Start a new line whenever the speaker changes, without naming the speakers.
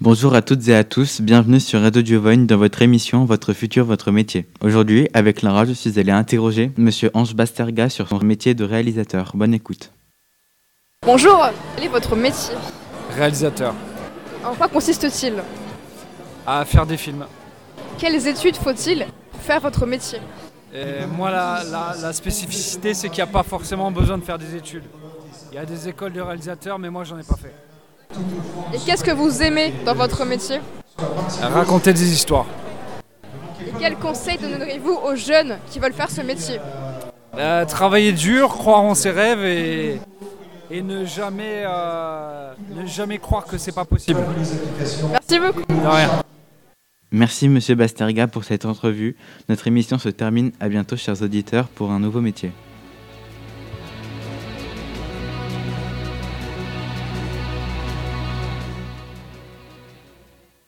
Bonjour à toutes et à tous, bienvenue sur Radio Giovanni dans votre émission Votre futur, votre métier. Aujourd'hui, avec Lara, je suis allé interroger Monsieur Ange Basterga sur son métier de réalisateur. Bonne écoute.
Bonjour, quel est votre métier
Réalisateur.
En quoi consiste-t-il
À faire des films.
Quelles études faut-il pour faire votre métier
Et moi, la, la- la spécificité, c'est qu'il n'y a pas forcément besoin de faire des études. Il y a des écoles de réalisateurs, mais moi, j'en ai pas fait.
Et qu'est-ce que vous aimez dans votre métier
Raconter des histoires.
Et quels conseils donneriez-vous aux jeunes qui veulent faire ce métier
Euh, travailler dur, croire en ses rêves et, et ne, jamais, euh, ne jamais croire que c'est pas possible.
Merci beaucoup.
De rien.
Merci Monsieur Basterga pour cette entrevue. Notre émission se termine. À bientôt, chers auditeurs, pour un nouveau métier.